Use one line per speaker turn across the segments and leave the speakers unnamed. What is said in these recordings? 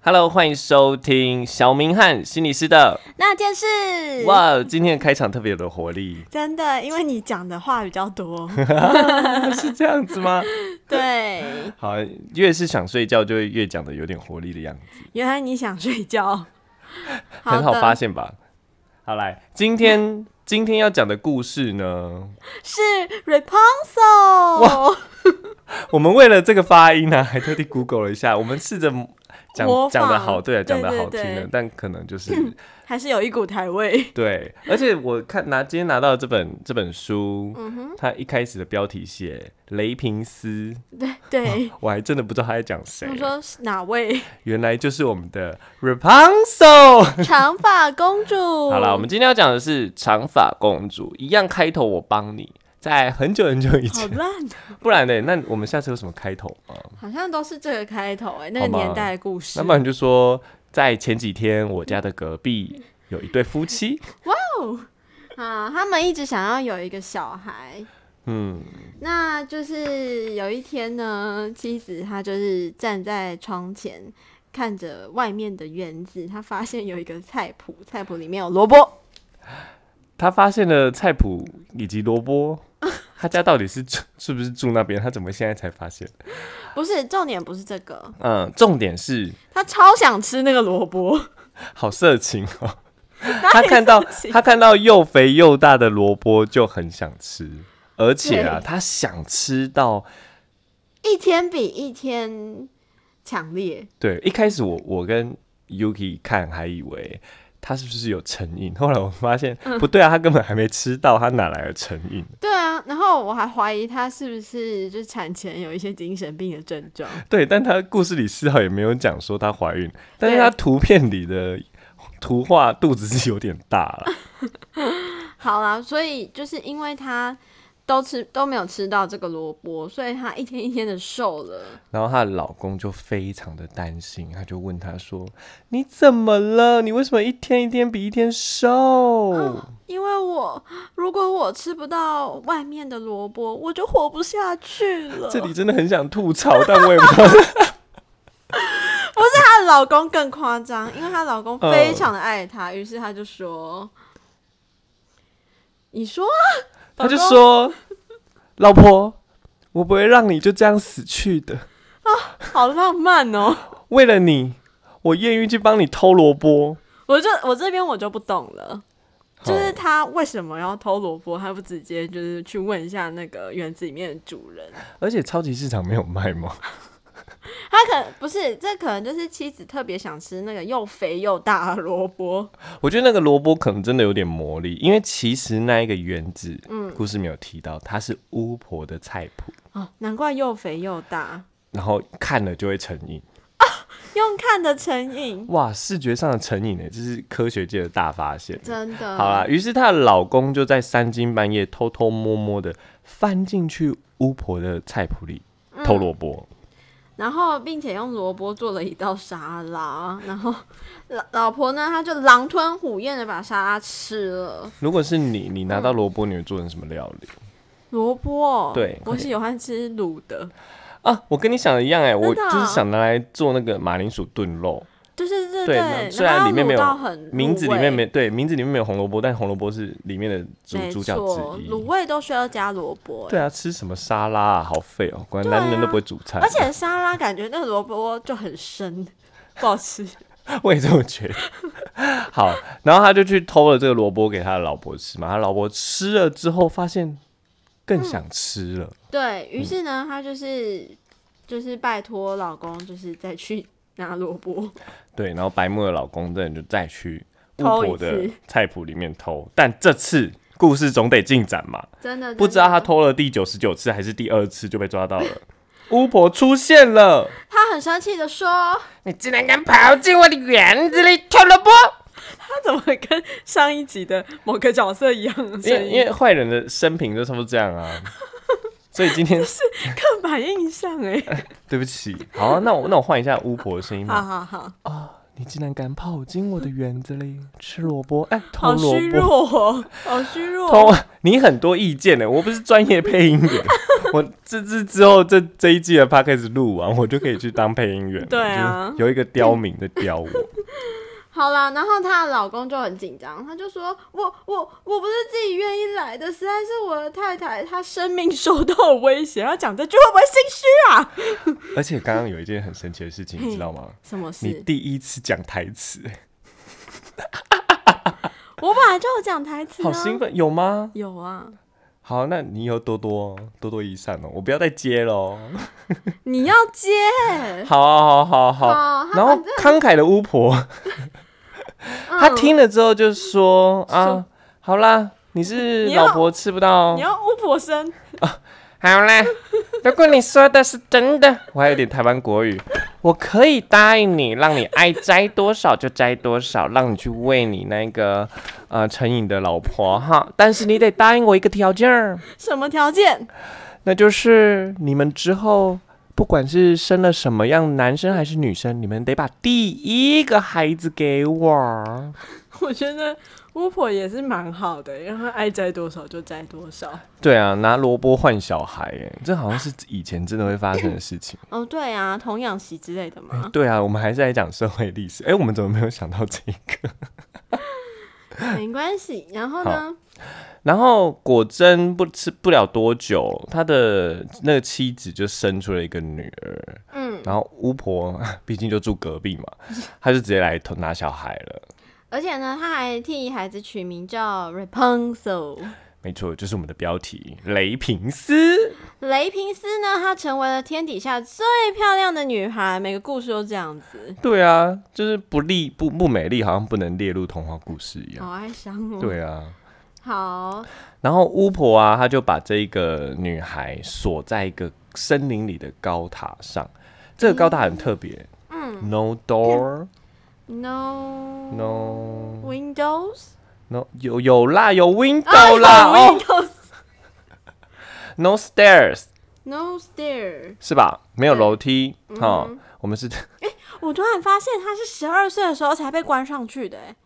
Hello，欢迎收听小明和心理师的。
那件事，
哇，今天的开场特别有的活力，
真的，因为你讲的话比较 多，
是这样子吗？
对，
好，越是想睡觉，就会越讲的有点活力的样子，
原来你想睡觉，
很好
的
发现吧？好，来，今天今天要讲的故事呢，
是 Rapunzel，
我们为了这个发音呢、 还特地 Google 了一下，我们试着讲
模仿
讲的好，对啊，讲的
对对
好听的
对，
但可能就是
还是有一股台味，
对，而且我看拿今天拿到这本这本书，
嗯
它一开始的标题写雷平斯，
对 对。
我还真的不知道他在讲谁欸
我，说是哪位
原来就是我们的 Rapunzel。
长发公主？
好了，我们今天要讲的是长发公主，一样开头我帮你，在很久很久以
好
前，
烂，
不然呢？那我们下次有什么开头吗？
好像都是这个开头哎、那
好
个
吗
年代的故事。
那不然就说，在前几天我家的隔壁有一对夫妻，
啊，他们一直想要有一个小孩，
嗯，
那就是有一天呢，妻子她就是站在窗前看着外面的园子，她发现有一个菜谱，菜谱里面有萝卜，
他发现了菜谱以及萝卜。他家到底是住是不是住那边？他怎么现在才发现？
不是重点，不是这个，
嗯，重点是
她超想吃那个萝卜，
好色情哦。
他
他看到
情
他看到又肥又大的萝卜就很想吃，而且啊，
对
他想吃到
一天比一天强烈，
对。一开始我我跟 Yuki 看还以为他是不是有成瘾，后来我发现、
嗯
不对啊，他根本还没吃到，他哪来的成瘾？
对啊，然后我还怀疑她是不是就是产前有一些精神病的症状，
对，但他故事里丝毫也没有讲说她怀孕，但是
对
他图片里的图画肚子是有点大了。
好啦，所以就是因为她都吃都没有吃到这个萝卜，所以她一天一天的瘦了。
然后她的老公就非常的担心，他就问她说：“你怎么了？你为什么一天一天比一天瘦？”
因为我如果我吃不到外面的萝卜，我就活不下去了。
这里真的很想吐槽，但我也不知道。
她的老公更夸张，因为她老公
嗯
非常的爱她，于、是她就说：“你说啊，
他就说：“老婆，我不会让你就这样死去的。
好浪漫哦。
为了你，我愿意去帮你偷萝卜。”
我就我这边我就不懂了，就是
好
她为什么要偷萝卜，还不直接就是去问一下那个园子里面的主人？
而且超级市场没有卖吗？
她可不是，这可能就是妻子特别想吃那个又肥又大的萝卜。
我觉得那个萝卜可能真的有点魔力，因为其实那一个园子，
嗯
故事没有提到，它是巫婆的菜谱，
哦，难怪又肥又大。
然后看了就会成瘾。
用看的成瘾，
哇，视觉上的成瘾欸呢，这是科学界的大发现。
真的。
好啦，，于是她的老公就在三更半夜偷偷摸摸的翻进去巫婆的菜谱里
嗯
偷萝卜。
然后并且用萝卜做了一道沙拉，然后 老老婆呢，她就狼吞虎咽的把沙拉吃了。
如果是你，
嗯
你拿到萝卜，你会做成什么料理、
萝卜，
对
我喜欢吃卤的，
啊？我跟你想的一样哎、我
真的啊
就是想拿来做那个马铃薯炖肉。
就是对
对
对，
虽然
后
里面没有
卤到很
名字里面
卤味
没对，名字里面没有红萝卜，但红萝卜是里面的主
没
主角
错，
之一。
卤味都需要加萝卜。
对啊，吃什么沙拉啊？好废哦、果然
对啊
男人都不会煮菜。
而且沙拉感觉那个萝卜就很深， 不好吃。
我也这么觉得。好，然后他就去偷了这个萝卜给他的老婆吃嘛，他老婆吃了之后发现更想吃了，
对于是呢，她就是就是拜托老公，就是再去拿萝卜。
对，然后白木的老公真的就再去巫
偷一
婆的
次
菜谱里面偷，但这次故事总得进展嘛，
真的
不知道他偷了第九十九次还是第二次就被抓到了，巫婆出现了，
他很生气的说
你竟然敢跑进我的园子里偷萝卜！：“
他怎么跟上一集的某个角色一样的
因为
声
因
音？
为坏人的生平就差不多这样 啊，所以今天
刻板印象哎，
对不起，好、啊那我那我换一下巫婆的声音
好
吧。
好好，
你竟然敢跑进我的园子里吃萝 卜，哎、偷
好
萝
虚
卜，
弱，哦，好虚弱。
偷，你很多意见呢，我不是专业配音员，我这这之后这这一季的 p a c k a g e 录完，我就可以去当配音员了。
对啊
就是有一个刁民在刁 我。
好啦，然后她的老公就很紧张，他就说：“我我我不是自己愿意来的，实在是我的太太她生命受到威胁。”她讲这句会不会心虚啊？
而且刚刚有一件很神奇的事情，你知道吗？
什么
你
事？
第一次讲台词、
啊我本来就有讲台词、啊，
好兴奋，有吗？
有啊，
好，那你以后多多多多益善哦，我不要再接喽。
你要接，
好好
哦
好好
好
好。
他
然后
反
慷慨的巫婆，她
嗯
听了之后就说
说
啊，好啦，你是
你要
老婆吃不到哦
你，要巫婆声，
好 啦，如果你说的是真的，我还有点台湾国语， 我可以答应你，让你爱摘多少就摘多少，让你去喂你那个呃成瘾的老婆哈。但是你得答应我一个条件儿，
什么条件？
那就是你们之后不管是生了什么样男生还是女生，你们得把第一个孩子给我。
我觉得巫婆也是蛮好的，因为她爱摘多少就摘多少。
对啊，拿萝卜换小孩，哎，这好像是以前真的会发生的事情。
哦，对啊，童养媳之类的嘛。
对啊，我们还是来讲社会历史。哎、我们怎么没有想到这个？嗯
没关系。然后呢？
然后果真不吃不了多久，他的那个妻子就生出了一个女儿。
嗯，
然后巫婆毕竟就住隔壁嘛，她就直接来拿小孩了。
而且呢，她还替孩子取名叫 Rapunzel。
没错，就是我们的标题雷平斯。
雷平斯呢，她成为了天底下最漂亮的女孩，每个故事都这样子，
对啊，就是不丽不不美丽，好像不能列入童话故事一样。
好哀伤哦。，
对啊，
好，
然后巫婆啊，她就把这一个女孩锁在一个森林里的高塔上。这个高塔很特别，
嗯
，no door，no
，No 嗯 Windows
no 有有啦，有 window 啦，哦
Windows
，no stairs
No Stair。
是吧？没有楼梯，
嗯
哈，我们是，
我突然发现她是十二岁的时候才被关上去的，哎，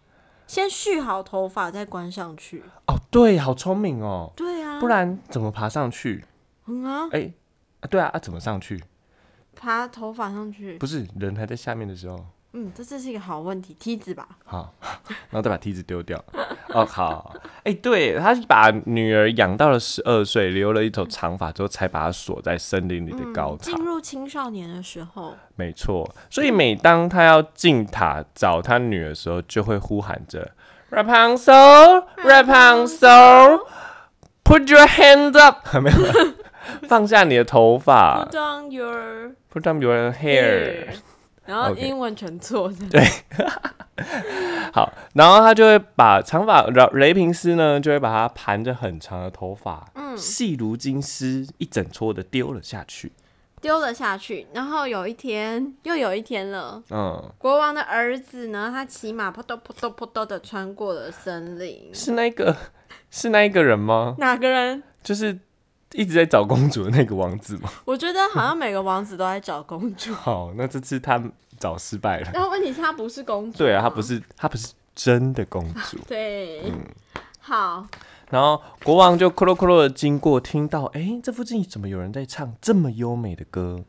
先蓄好头发再关上去。
哦，对，好聪明哦，
对啊，
不然怎么爬上去？
嗯啊，
哎，啊对啊，啊怎么上去？
爬头发上去。
不是人还在下面的时候，
嗯，这这是一个好问题，梯子吧？
好， 然后再把梯子丢掉。哦，好，哎、对，他是把女儿养到了十二岁，留了一头长发之后，才把她锁在森林里的高
嗯
塔。
进入青少年的时候，
没错，所以每当他要进塔找他女儿的时候，就会呼喊着 Rapunzel, Rapunzel, put your hands up，没有 啦，放下你的头发
Put on your
，put down your hair。
hair，然后
OK
英文全错，
好，然后他就会把长发雷雷平斯呢，就会把它盘着很长的头发，
嗯
细如金丝，一整撮的丢了下去。
丢了下去。然后有一天，又有一天了，
嗯，
国王的儿子呢，他骑马扑通扑通扑通的穿过了森林。
是那个是那一个人吗？
哪个人？
就是一直在找公主的那个王子吗？
我觉得好像每个王子都在找公主，
好，那这次他找失败了。
然后问题是她不是公主，
对啊，她不，是她不是真的公主。
对，好，
然后国王就咯咯咯咯的经过，听到哎、诶这附近怎么有人在唱这么优美的歌？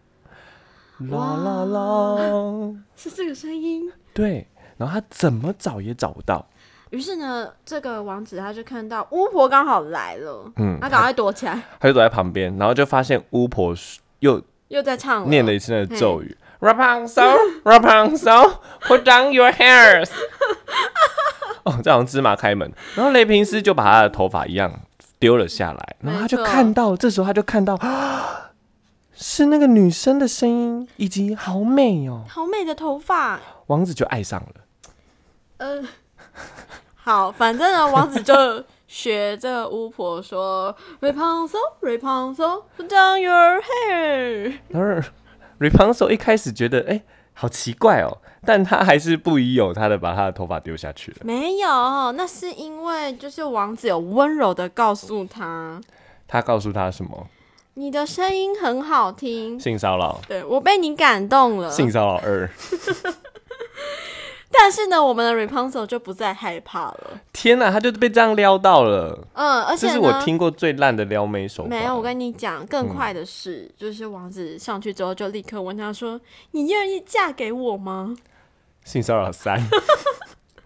啦啦啦。
是这个声音。
对，然后他怎么找也找不到。
于是呢，这个王子他就看到巫婆刚好来了，
嗯
他赶快躲起来，
他就躲在旁边，然后就发现巫婆又
又在唱了，
念了一次那个咒语：“Rapunzel, Rapunzel, put down your hairs。”哦，这好像芝麻开门。然后雷平斯就把他的头发一样丢了下来，然后他就
没错
看到，这时候他就看到。啊是那个女生的声音，以及好美哦，
好美的头发，
王子就爱上了。
呃， 好，反正呢，王子就学这个巫婆说，Rapunzel, Rapunzel, put down your hair。
然而 Rapunzel 一开始觉得，哎、好奇怪哦，但他还是不疑有他的把他的头发丢下去了。
没有，那是因为就是王子有温柔的告诉他，
他告诉他什么？
你的声音很好听，
性骚扰，
对我被你感动了。
性骚扰二。
但是呢，我们的 Rapunzel 就不再害怕了。
天哪，他就被这样撩到了，
嗯，而且
这
呢，
是我听过最烂的撩妹手法。
没有，我跟你讲，更快的是，
嗯
就是王子上去之后就立刻问他说：“你愿意嫁给我吗
性骚扰三，？”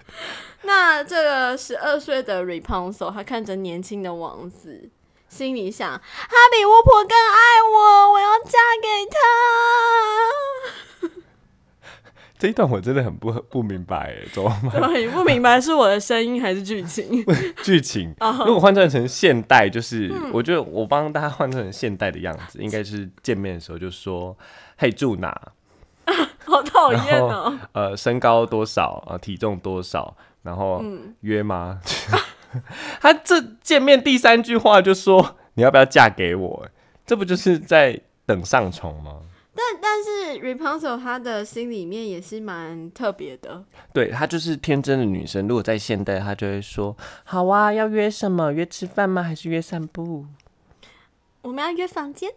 那这个十二岁的 Rapunzel，他看着年轻的王子，心里想：他比巫婆更爱我，我要嫁给他。
这一段我真的很不不明白哎，怎么 办
对，不明白是我的声音还是剧情。
剧 情，
哦
如果换算成现代，就是、
嗯
我觉得我帮大家换算成现代的样子，应该是见面的时候就说：“嘿，住哪？
好讨厌
然
哦！
呃，身高多少？呃，体重多少？然后、约吗？” 他这见面第三句话就说：“你要不要嫁给我？”这不就是在等上床吗？
但但是 Rapunzel 她的心里面也是蛮特别的，
对她就是天真的女生。如果在现代，她就会说：“好啊，要约什么？约吃饭吗？还是约散步？
我们要约房间，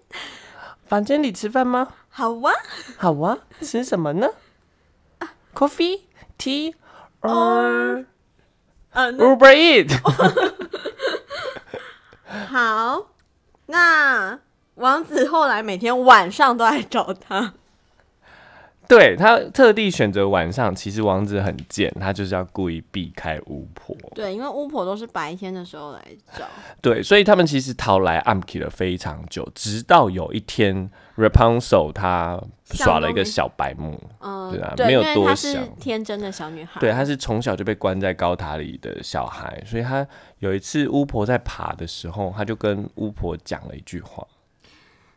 房间里吃饭吗？”
好哇、
好啊，吃什么呢？Coffee, tea, or
嗯、那
Uber Eat？
好，那王子后来每天晚上都来找他。
对他特地选择晚上，其实王子很贱，他就是要故意避开巫婆。
对，因为巫婆都是白天的时候来找。
对，所以他们其实逃来 Amki 了非常久，直到有一天 Rapunzel 他耍了一个小白目，
嗯，
对啊
对，
没有
因为
多
她是
想
天真的小女孩。
对，他是从小就被关在高塔里的小孩，所以他有一次巫婆在爬的时候，他就跟巫婆讲了一句话。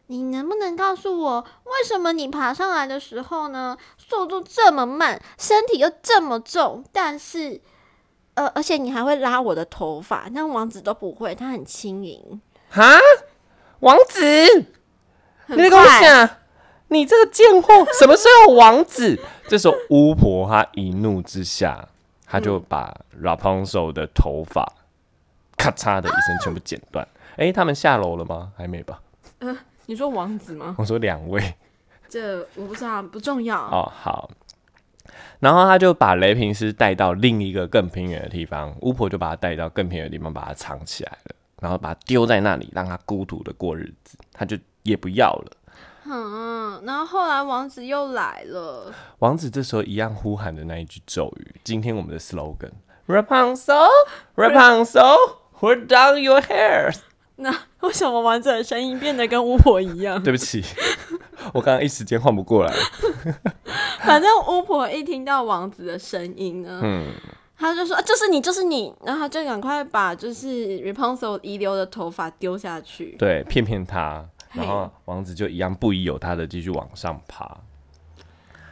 你能不能告诉我，为什么你爬上来的时候呢，速度这么慢，身体又这么重，但是，呃，而且你还会拉我的头发，那王子都不会，他很轻盈，
哈，王子，
很
你在跟我
快。
讲，你这个 贱货，什么时候有王子？这时候巫婆她一怒之下，她就把 Rapunzel 的头发咔嚓的一声全部剪断。哎、他们下楼了吗？还没吧？
呃
你说王子吗？
我说两位
这我不知道，不重要。
哦，好。然后他就把雷平斯带到另一个更偏远的地方，巫婆就把他带到更偏远的地方，把他藏起来了，然后把他丢在那里，让他孤独的过日子，他就也不要了。
嗯，然后后来王子又来了，
王子这时候一样呼喊的那一句咒语，今天我们的 slogan Rapunzel Rapunzel hold down your hair。
那 为什么王子的声音变得跟巫婆一样？
对不起， 我刚刚一时间换不过来。
反正巫婆一听到王子的声音呢，
嗯
她就说、啊就是你，就是你，然后她就赶快把就是 Rapunzel 遗留的头发丢下去。
对，骗骗他，然后
嘿
王子就一样不疑有他的继续往上爬。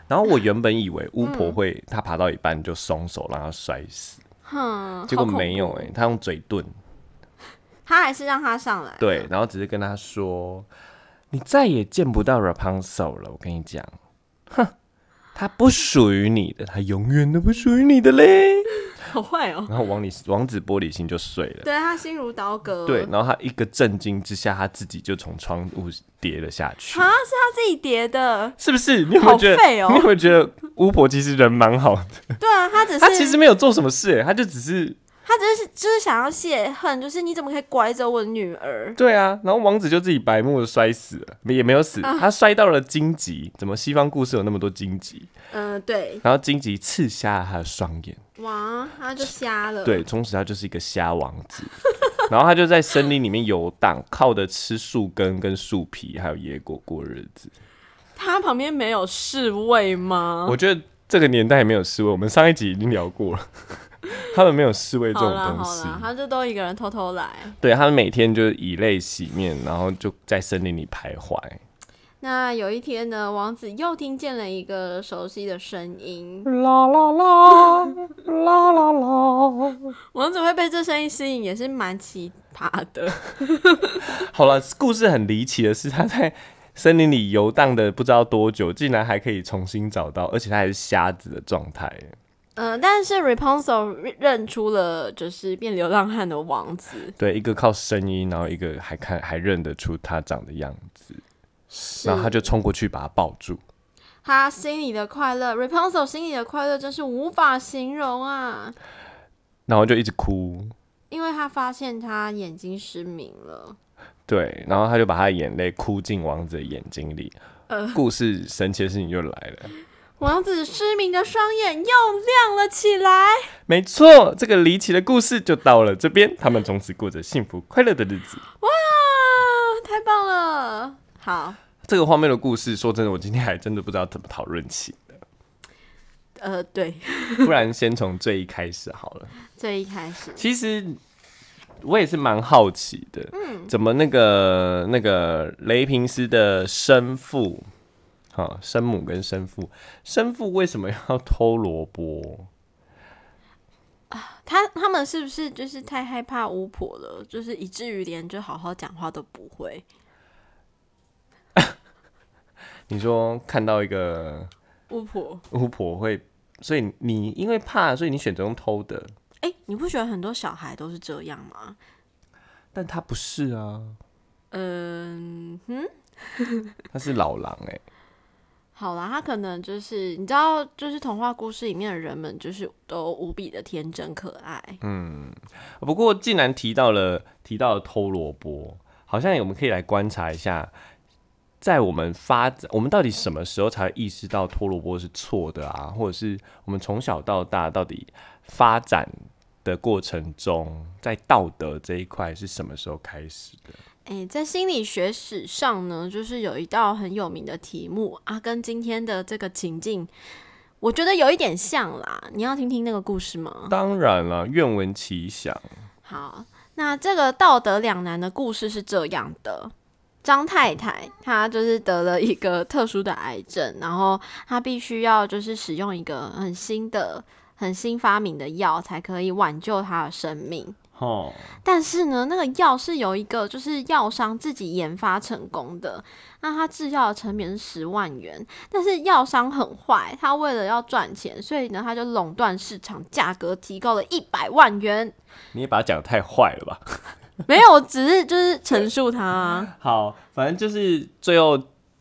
然后我原本以为巫婆会，她爬到一半就松手让他摔死，
哼，
结果
好恐
没有
怖
哎、她用嘴遁，
他还是让他上来。
对，然后只是跟他说：“你再也见不到 Rapunzel 了。”我跟你讲，哼，它不属于你的，它永远都不属于你的嘞。
好坏哦！
然后王里王子玻璃心就碎了。
对他心如刀
嗯
割。
对，然后他一个震惊之下，他自己就从窗户跌了下去
啊，，是他自己叠的。
是不是？你有没有觉得？
好废哦
你有没有觉得巫婆其实人蛮好的？
对啊，他只是
她其实没有做什么事，欸她就只是
他只是就是想要泄恨，就是你怎么可以拐走我的女儿？
对啊。然后王子就自己白目的摔死了，也没有死，
啊
他摔到了荆棘。怎么西方故事有那么多荆棘？
嗯、对，
然后荆棘刺瞎了他的双眼，
哇，他就瞎了。，
对，从此他就是一个瞎王子。 然后他就在森林里面游荡，靠着吃树根跟树皮还有野果过日子。
他旁边没有侍卫吗？
嗯
我觉得这个年代没有侍卫，我们上一集已经聊过了， 他们没有侍卫这
好
种
啦
东
好
西。
啦，他就都一个人偷偷来。
对他们每天就以泪洗面，然后就在森林里徘徊。
那有一天呢，王子又听见了一个熟悉的声音，
啦啦啦啦啦啦！
王子会被这声音吸引，也是蛮奇葩的。
好了，故事很离奇的是，他在森林里游荡的不知道多久，竟然还可以重新找到，而且他还是瞎子的状态。
嗯、但是 Rapunzel 认出了就是变流浪汉的王子，
对，一个靠声音，然后一个还看还认得出他长的样子，
是
然后他就冲过去把他抱住。
他心里的快乐，Rapunzel 心里的快乐真是无法形容啊，
然后就一直哭，
因为他发现他眼睛失明了。
对，然后他就把他的眼泪哭进王子的眼睛里。故事神奇的事情就来了，
王子失明的双眼又亮了起来。
没错，这个离奇的故事就到了这边，他们从此过着幸福快乐的日子。
哇，太棒了！好，
这个荒谬的故事，说真的，我今天还真的不知道怎么讨论起，
呃，对，
不然先从最一开始好了。
最一开始，
其实我也是蛮好奇的，怎么那个那个雷平斯的生父，啊、生母跟生父，生父为什么要偷萝卜？
他他们是不是就是太害怕巫婆了，就是以至于连就好好讲话都不会？
你说看到一个
巫婆
巫婆会，所以你因为怕，所以你选择用偷的，
哎、你不觉得很多小孩都是这样吗？
但他不是啊，
嗯哼，
他是老狼哎、
好啦，他可能就是你知道，就是童话故事里面的人们就是都无比的天真可爱。
不过，既然提到了提到了偷萝卜，好像我们可以来观察一下，在我们发展，我们到底什么时候才会意识到偷萝卜是错的啊？或者是我们从小到大到底发展的过程中，在道德这一块是什么时候开始的？
诶，在心理学史上呢，就是有一道很有名的题目啊，跟今天的这个情境，我觉得有一点像啦。你要听听那个故事吗？
当然了，愿闻其详。
好，那这个道德两难的故事是这样的。张太太她就是得了一个特殊的癌症，然后她必须要就是使用一个很新的、很新发明的药，才可以挽救她的生命。
哦，
但是呢，那个药是由一个就是药商自己研发成功的，那他制药的成本是十万元，但是药商很坏，他为了要赚钱，所以呢，他就垄断市场，价格提高了一百万元。
你也把它讲得太坏了吧？
没有，只是就是陈述他、啊，
好，反正就是最后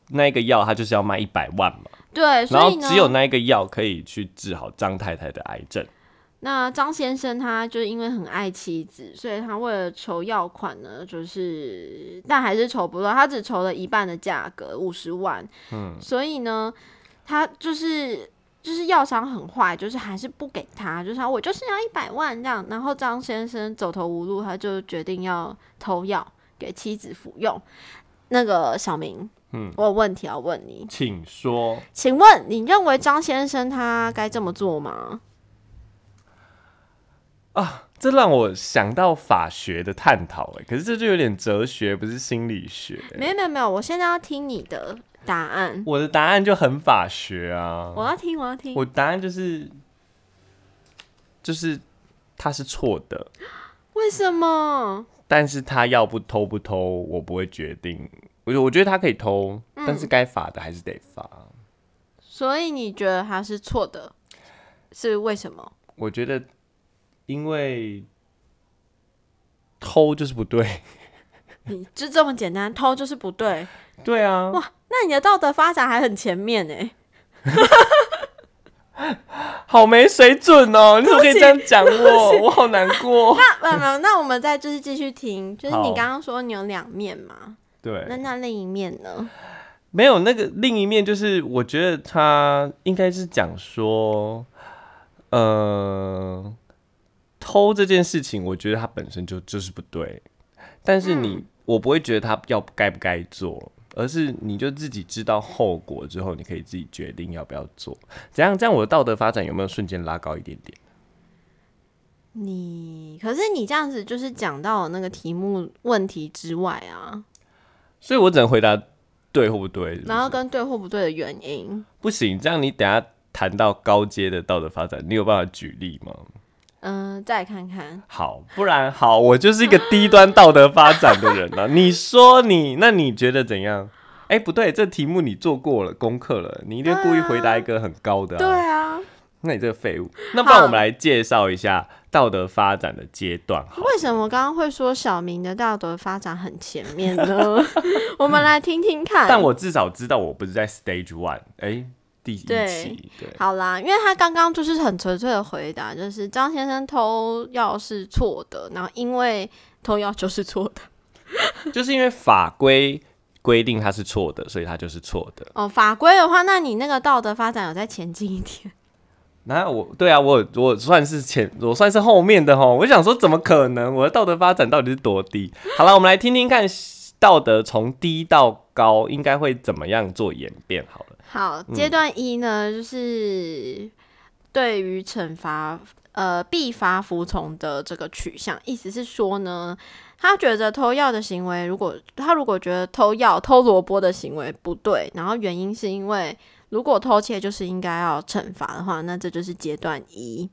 那个药，它就是要卖一百万嘛。
对，
然
所
后
以呢，
只有那一个药可以去治好张太太的癌症。
那张先生他就是因为很爱妻子，所以他为了筹药款呢，就是但还是筹不到，他只筹了一半的价格，五十万。嗯，所以呢，他就是就是药商很坏，就是还是不给他，就是他我就是要一百万这样。然后张先生走投无路，他就决定要偷药给妻子服用。那个小明，嗯，我有问题要问你，
请说，
请问你认为张先生他该这么做吗？
这让我想到法学的探讨，哎，可是这就有点哲学，不是心理学。
没有没有没有，我现在要听你的答案，
我的答案就很法学啊，
我要听我要听。
我答案就是就是他是错的，
为什么？
但是他要不偷不偷，我不会决定。我觉我觉得他可以偷，但是该罚的还是得罚。
所以你觉得他是错的，是为什么？
我觉得，因为偷就是不对。
你就这么简单，偷就是不对。
对啊，
哇，那你的道德发展还很前面欸呢。
好没水准哦！你怎么可以这样讲我？我好难过。
那那那我们再就是继续听，就是你
好
刚刚说你有两面嘛，那
对，
那另一面呢？
没有那个另一面，就是我觉得他应该是讲说，呃，偷这件事情，我觉得他本身就就是不对。但是
嗯
你，我不会觉得他要该不该做，而是你就自己知道后果之后，你可以自己决定要不要做。怎样？这样我的道德发展有没有瞬间拉高一点点？
你可是你这样子就是讲到了那个题目问题之外啊，
所以我只能回答对或不对是不是
然后跟对或不对的原因。
不行，这样你等下谈到高阶的道德发展，你有办法举例吗？
嗯、再看看。
好，不然好，我就是一个低端道德发展的人了、啊你说你，那你觉得怎样？哎、不对，这题目你做过了功课了，你一定故意回答一个很高的、啊。
对啊，
那你这个废物。那不然我们来介绍一下道德发展的阶段好了。
为什么刚刚会说小明的道德发展很前 面呢？我们来听听看。
但我至少知道我不是在 stage one，哎、第一
对
期，对，
好啦，因为他刚刚就是很纯粹的回答，就是张先生偷药是错的，然后因为 偷药就是错的。
就是因为法规规定它是错的，所以它就是错的。
哦，法规的话，那你那个道德发展有在前进一点？
那我对啊，我有我算是前，我算是后面的吼。我想说，怎么可能？我的道德发展到底是多低？ 好了，我们来听听看，道德从低到高应该会怎么样做演变？好了，
好，阶段一呢，就是对于惩罚呃必罚服从的这个取向，意思是说呢，他觉得偷药的行为，如果他如果觉得偷药偷萝卜的行为不对，然后原因是因为如果偷窃就是应该要惩罚的话，那这就是阶段一。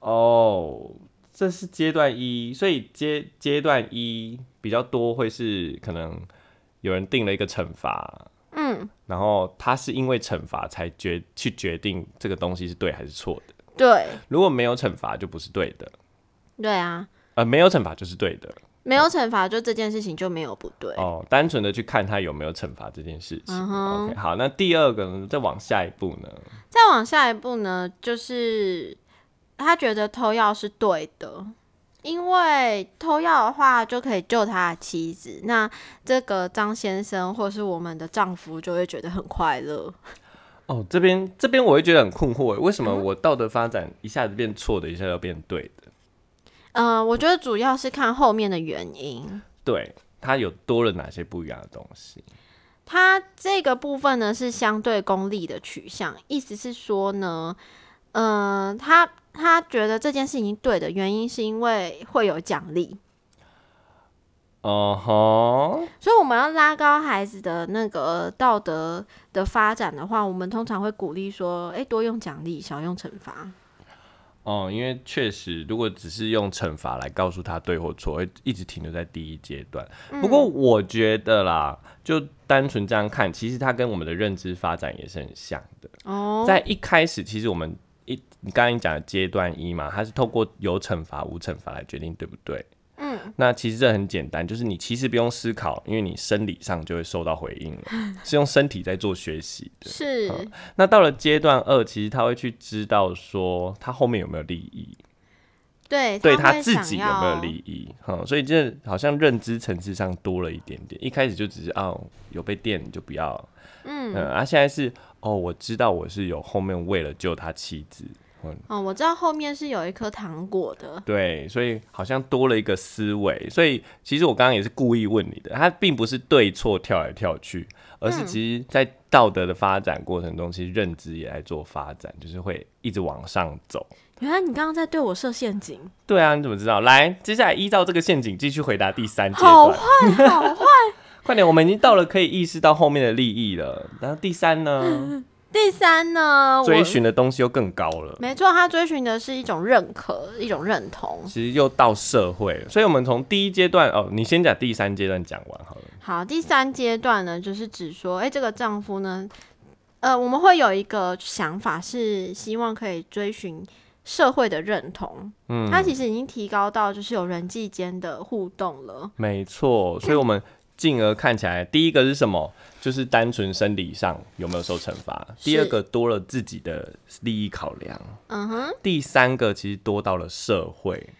哦，这是阶段一，所以阶阶段一比较多会是可能有人定了一个惩罚，
嗯，
然后他是因为惩罚才决去决定这个东西是对还是错的。
对
如果没有惩罚就不是对的，
对啊，
呃，没有惩罚就是对的。
没有惩罚就这件事情就没有不对。
哦，单纯的去看他有没有惩罚这件事情。
嗯哼
OK，好，那第二个呢？再往下一步呢？
再往下一步呢，就是他觉得偷药是对的，因为偷药的话就可以救他的妻子，那这个张先生或是我们的丈夫就会觉得很快乐。
哦，这边这边我会觉得很困惑耶，为
嗯
什么我道德发展一下子变错的，一下子变对的？
呃，我觉得主要是看后面的原因。
对，它有多了哪些不一样的东西？
他这个部分呢是相对功利的取向，意思是说呢，嗯、他他觉得这件事情对的原因是因为会有奖励，
哦吼，
所以我们要拉高孩子的那个道德的发展的话，我们通常会鼓励说，诶，哎多用奖励，少用惩罚。
哦，因为确实，如果只是用惩罚来告诉他对或错，会一直停留在第一阶段。不过
嗯
我觉得啦，就单纯这样看，其实它跟我们的认知发展也是很像的。
哦，
在一开始，其实我们一你刚才讲的阶段一嘛，它是透过有惩罚、无惩罚来决定对不对。
嗯，
那其实这很简单，就是你其实不用思考，因为你生理上就会受到回 应了，是用身体在做学习的。
是
那到了阶段二，其实他会去知道说他后面有没有利益，
对，
对
他
他
会
自
想
己有没有
要
利益，哈、所以这好像认知层次上多了一点点。一开始就只是哦有被电你就不要，嗯，啊现在是哦我知道我是有后面为了救他妻子，嗯，
哦，我知道后面是有一颗糖果的，
对，所以好像多了一个思维，所以其实我刚刚也是故意问你的，它并不是对错跳来跳去，而
嗯
是其实在道德的发展过程中，其实认知也在做发展，就是会一直往上走。
原来你刚刚在对我设陷阱，
对啊，你怎么知道？来，接下来依照这个陷阱继续回答第三阶
好
段
坏。好坏。
快点，我们已经到了可以意识到后面的利益了。然后第三 呢，
第三呢，
追
我
寻的东西又更高了。
没错，他追寻的是一种认可，一种认同。
其实又到社会了，所以我们从第一阶段哦，你先讲第三阶段讲完好了。
好，第三阶段呢，就是指说，哎、这个丈夫呢，呃，我们会有一个想法，是希望可以追寻社会的认同。嗯，他其实已经提高到就是有人际间的互动了。
没错，所以我们进而看起来，第一个是什么？就是单纯生理上有没有受惩罚。第二个多了自己的利益考量，
嗯哼，
第三个其实多到了社会。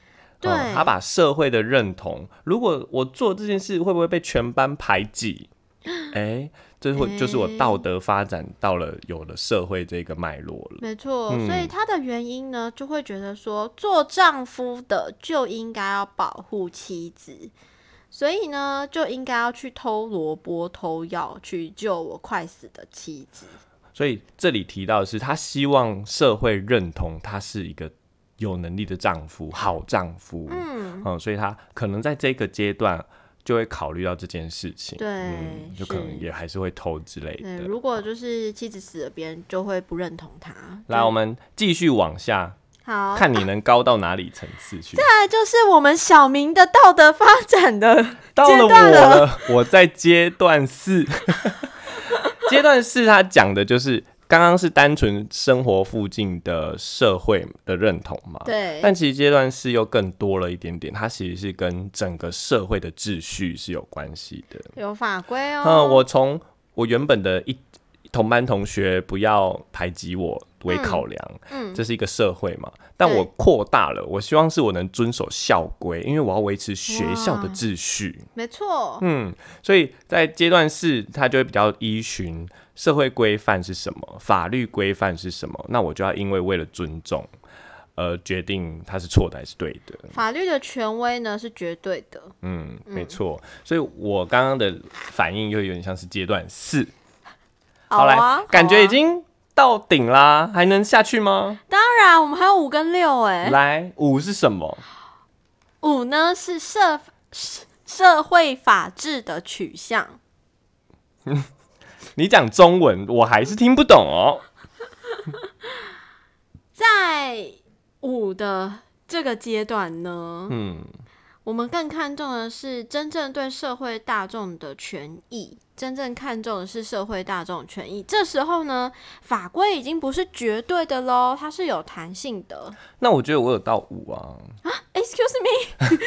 对
嗯他把社会的认同，如果我做这件事，会不会被全班排挤？ 哎、这会就是我道德发展到了有了社会这个脉络了。
没错。所
嗯
以他的原因呢，就会觉得说，做丈夫的就应该要保护妻子。所以呢，就应该要去偷萝卜、偷药，去救我快死的妻子。
所以这里提到的是，他希望社会认同他是一个有能力的丈夫，好丈夫。嗯所以他可能在这个阶段就会考虑到这件事情。
对
嗯，就可能
是
也还是会偷之类
对，
的。
如果就是妻子死了，别人就会不认同他。
来，
就
我们继续往下，
好，
看你能高到哪里层次去。
再来就是我们小明的道德发展的，
到了我
段了
了，我在阶段四。 阶段四，他讲的就是刚刚是单纯生活附近的社会的认同嘛？
对
但其实阶段四又更多了一点点，它其实是跟整个社会的秩序是有关系的。
有法规哦。
嗯，我从我原本的一同班同学不要排挤我为考量，
嗯
这是一个社会嘛。但
对
我扩大了，我希望是我能遵守校规，因为我要维持学校的
哇
秩序。
没错，
嗯，所以在阶段四，它就会比较依循社会规范是什么，法律规范是什么，那我就要因为为了尊重而决定它是错的还是对的。
法律的权威呢是绝对的。
嗯，没错。所以我刚刚的反应又有点像是阶段四。好来，
啊，
感
好
觉
啊
已经到顶啦，还能下去吗？
当然，我们还有五跟六哎，
来，五是什么？
五呢是社社社会法治的取向。
你讲中文，我还是听不懂哦。
在五的这个阶段呢，
嗯，
我们更看重的是真正对社会大众的权益，真正看重的是社会大众的权益。这时候呢，法规已经不是绝对的喽，它是有弹性的。
那我觉得我有到五啊。
Excuse me，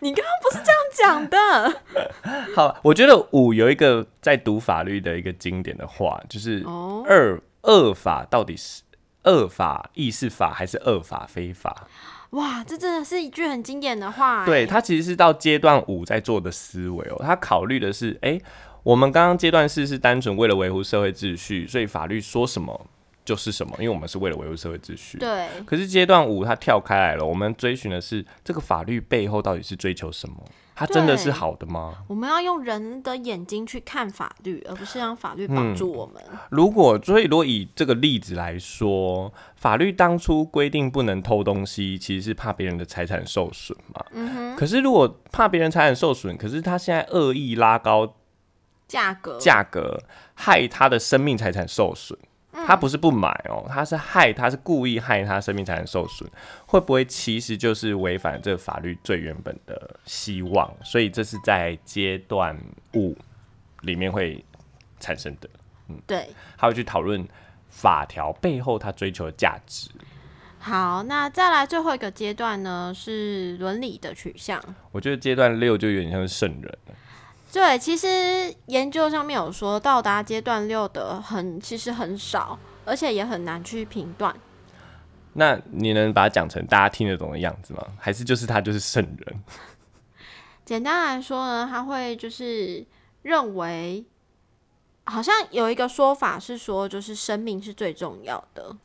你刚刚不是这样讲的
好，我觉得五有一个在读法律的一个经典的话，就是
哦
二二法到底是二法意识法还是二法非法？
哇，这真的是一句很经典的话、哎
对，，它其实是到阶段五在做的思维哦，它考虑的是，哎、我们刚刚阶段四是单纯为了维护社会秩序，所以法律说什么就是什么，因为我们是为了维护社会秩序。
对，
可是阶段五它跳开来了，我们追寻的是这个法律背后到底是追求什么？它真的是
对
好的吗？
我们要用人的眼睛去看法律，而不是让法律
嗯
绑住我们。
如果所以，如果以这个例子来说，法律当初规定不能偷东西，其实是怕别人的财产受损嘛。
嗯
可是如果怕别人财产受损，可是他现在恶意拉高
价格，
价格，害他的生命财产受损。他不是不买哦，他是害，他是故意害他生命财产受损，会不会其实就是违反这个法律最原本的希望？所以这是在阶段五里面会产生的。
对。
他会去讨论法条背后他追求的价值。
好，那再来最后一个阶段呢，是伦理的取向。
我觉得阶段六就有点像是圣人，
对，其实研究上面有说，到达阶段六的很其实很少，而且也很难去评断。
那你能把它讲成大家听得懂的样子吗？还是就是他就是圣人？
简单来说呢，他会就是认为，好像有一个说法是说，就是生命是最重要的。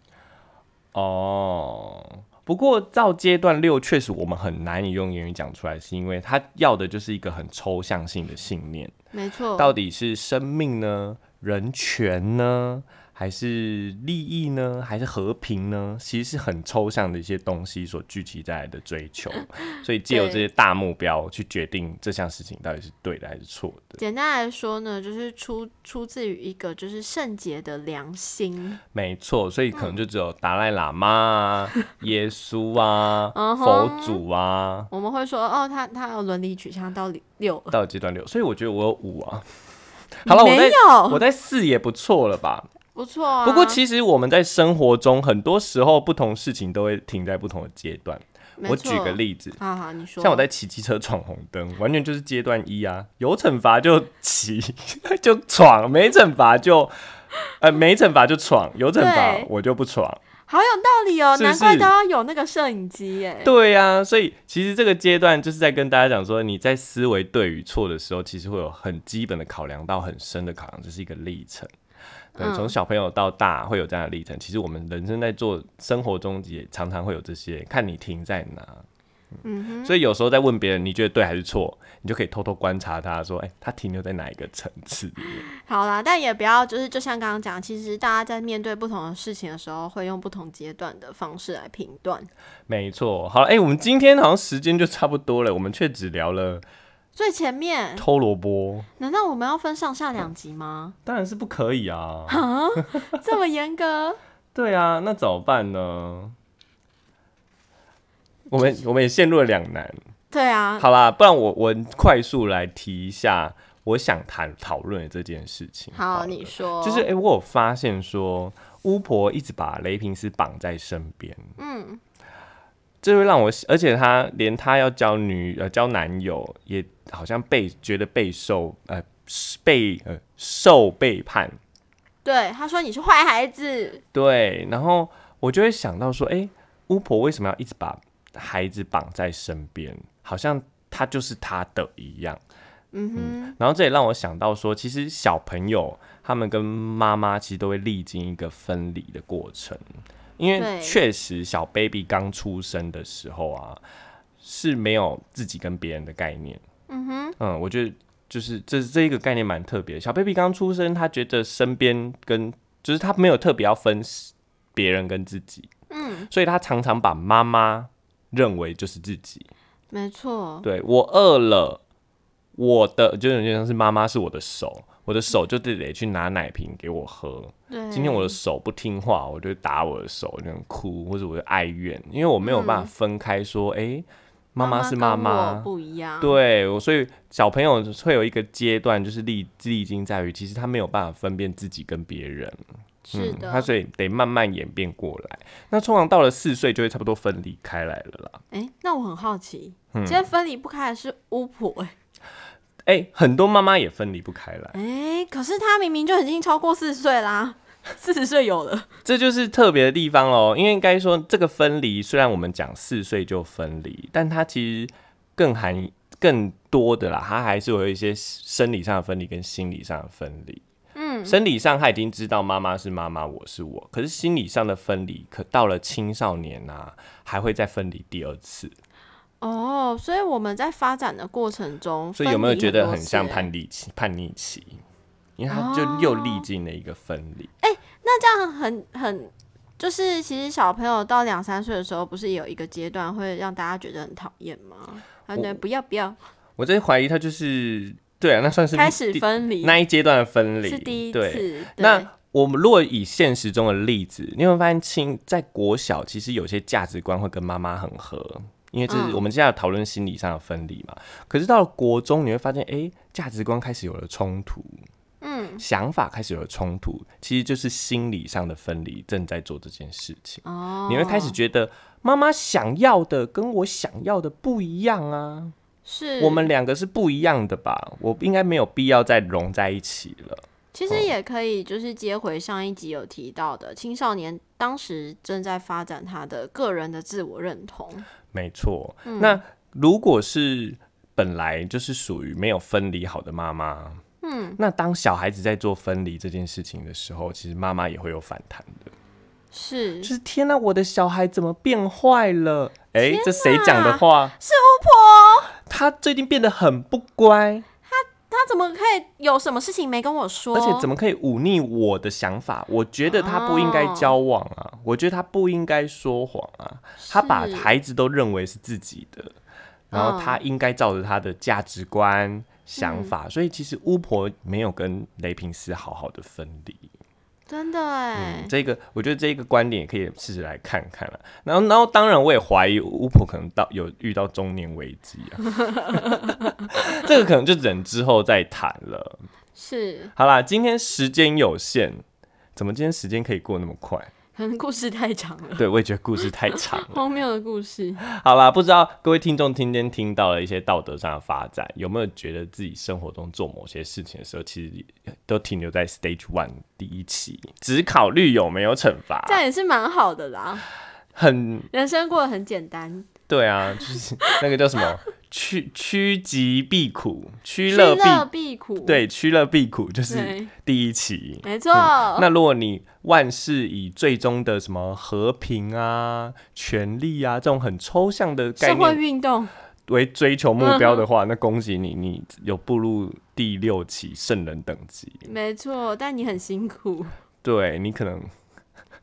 哦，不过到阶段六，确实我们很难以用言语讲出来，是因为他要的就是一个很抽象性的信念，
没错，
到底是生命呢，人权呢？还是利益呢？还是和平呢？其实是很抽象的一些东西所聚集在来的追 求，所以借由这些大目标去决定这项事情到底是对的还是错的。
简单来说呢，就是出出自于一个就是圣洁的良心。
没错，所以可能就只有达赖喇嘛 啊、耶稣啊、
嗯
佛
哼
祖啊，
我们会说哦，他他有伦理取向到六六，
到阶段六，所以我觉得我有五 啊。好了，我
没
在
有
我在四也不错了吧？
不错啊。
不过其实我们在生活中很多时候不同事情都会停在不同的阶段。
没
我
错
举个，例子，
好好你说，
像我在骑机车闯红灯，完全就是阶段一啊，有惩罚就骑 就闯，没惩罚就呃没惩罚就闯，有惩罚
对
我就不闯。
好有道理哦，
是不
难怪
是
都要有那个摄影机耶。
对呀、所以其实这个阶段就是在跟大家讲说，你在思维对与错的时候，其实会有很基本的考量到很深的考量，这是一个历程。对，
嗯
从小朋友到大会有这样的历程。其实我们人生在做生活中也常常会有这些，看你停在哪。
嗯哼，
所以有时候在问别人你觉得对还是错，你就可以偷偷观察他说，哎、他停留在哪一个层次里面？
好啦，但也不要就是就像刚刚讲，其实大家在面对不同的事情的时候，会用不同阶段的方式来评断。
没错。好了，哎、我们今天好像时间就差不多了，我们却只聊了
嗯最前面，
偷萝卜，
难道我们要分上下两集 吗？
当然是不可以啊。
这么严格？
对啊，那怎么办呢？我们我们也陷入了两难。
对啊，
好啦，不然我我快速来提一下我想谈讨论的这件事情好了。
好，你说，
就是诶，我有发现说巫婆一直把雷平斯绑在身边，
嗯，
这会让我，而且她连她要交女呃交男友，也好像被觉得备受呃被呃受背叛，
对，他说你是坏孩子，
对，然后我就会想到说，诶，巫婆为什么要一直把孩子绑在身边，好像他就是他的一样？
嗯
然后这也让我想到说，其实小朋友他们跟妈妈其实都会历经一个分离的过程，因为
对
确实小 baby 刚出生的时候啊，是没有自己跟别人的概念。
哼，嗯哼，
嗯，我觉得就是这这一个概念蛮特别的。小 baby 刚出生，他觉得身边跟就是他没有特别要分别人跟自己，
嗯，
所以他常常把妈妈认为就是自己。
没错，
对我饿了，我的就有点像是妈妈是我的手，我的手就得得去拿奶瓶给我喝。
对，
今天我的手不听话，我就打我的手，我就很哭，或者我就哀怨，因为我没有办法分开说，诶，妈妈是妈
跟
妈，
我不一样，
对，我所以小朋友会有一个阶段，就是历历经在于，其实他没有办法分辨自己跟别人，
是的，
嗯他所以得慢慢演变过来。那通常到了四岁就会差不多分离开来了啦。
哎、那我很好奇，
嗯
今天分离不开的是巫婆、哎
哎、很多妈妈也分离不开来，
哎、可是她明明就已经超过四十岁啦，
四十岁有了，
这就是特别的地方喽。因为应该说这个分离，虽然我们讲四岁就分离，但它其实更含更多的啦，它还是有一些生理上的分离跟心理上的分离。
嗯，
生理上他已经知道妈妈是妈妈，我是我，可是心理上的分离，可到了青少年啊，还会再分离第二次。
哦，所以我们在发展的过程中，
所以有没有
分离哦
觉得
多
很像
次
叛逆期？叛逆期，因为他就又历经了一个分离。
那这样很很，就是其实小朋友到两三岁的时候，不是有一个阶段会让大家觉得很讨厌吗？啊，对，不要不要，
我在怀疑他就是对啊，那算是
开始
第
分离
那一阶段的分离
是第一
对
次，对
那我们如果以现实中的例子，你会发现亲在国小其实有些价值观会跟妈妈很合，因为这是
嗯
我们现在讨论心理上的分离嘛。可是到了国中，你会发现，哎、价值观开始有了冲突，
嗯，
想法开始有了冲突，其实就是心理上的分离正在做这件事情。
哦，
你会开始觉得妈妈想要的跟我想要的不一样啊，
是
我们两个是不一样的吧？我应该没有必要再融在一起了。
其实也可以，就是接回上一集有提到的，青少年当时正在发展他的个人的自我认同。
没错。
嗯
那如果是本来就是属于没有分离好的妈妈，嗯，那当小孩子在做分离这件事情的时候，其实妈妈也会有反弹的，
是
就是是天哪、我的小孩怎么变坏了？哎、这谁讲的话？
巫婆，
他最近变得很不乖，
他怎么可以有什么事情没跟我说？
而且怎么可以忤逆我的想法？我觉得他不应该
哦
交往啊，我觉得他不应该说谎啊，他把
是嗯
孩子都认为是自己的，然后他应该照着他的价值观、想法，所以其实巫婆没有跟雷平斯好好的分离。
真的哎、
嗯，这个我觉得这个观点也可以试着来看看了、然后，然后当然我也怀疑巫婆可能到有遇到中年危机啊， 这个可能就忍之后再谈了。
是
好啦，今天时间有限，怎么今天时间可以过那么快？
可能故事太长 了，
对，我也觉得故事太长了。
荒谬的故事。
好啦，不知道各位听众今天听到了一些道德上的发展，有没有觉得自己生活中做某些事情的时候，其实都停留在 Stage One 第一期，只考虑有没有惩罚
这，样也是蛮好的啦。
很
人生过得很简单，
对啊，就是那个叫什么趋趋吉避苦，趋
趋
乐避
乐避苦。，
对趋乐避苦就是
对
第一期，
没错。
那如果你万事以最终的什么和平啊、权利啊这种很抽象的概
社会嗯
念
运动，
为追求目标的话，那恭喜你，你有步入第六期圣人等级。
没错，但你很辛苦，
对你可能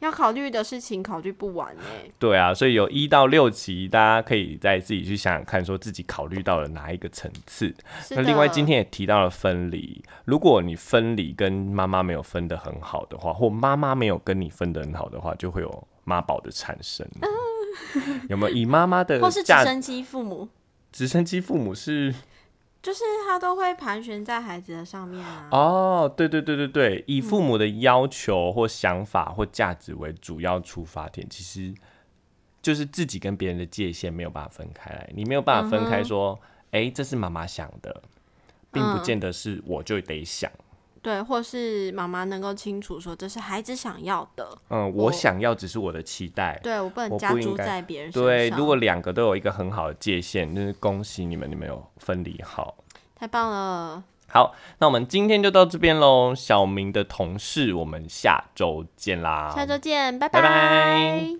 要考虑的事情考虑不完哎、
对啊，所以有一到六期，大家可以再自己去想想看，说自己考虑到了哪一个层次。
是
那
的。
另外今天也提到了分离，如果你分离跟妈妈没有分得很好的话，或妈妈没有跟你分得很好的话，就会有妈宝的产生。 有没有以妈妈的
或是直
价
升机父母。
直升机父母是
就是他都会盘旋在孩子的上面啊。
哦，对对对对对，以父母的要求或想法或价值为主要出发点，其实就是自己跟别人的界限没有办法分开来，你没有办法
嗯
分开说，哎、这是妈妈想的，并不见得是我就得想。
对，或是妈妈能够清楚说这是孩子想要的，
嗯，
我
我想要只是我的期待。
对我不能
我
加
不
诸
应该
在别人身上。
对，如果两个都有一个很好的界限，就是恭喜你们，你们有分离好。
太棒了，
好，那我们今天就到这边喽。小明的同事，我们下周见啦。
下周见，拜
拜拜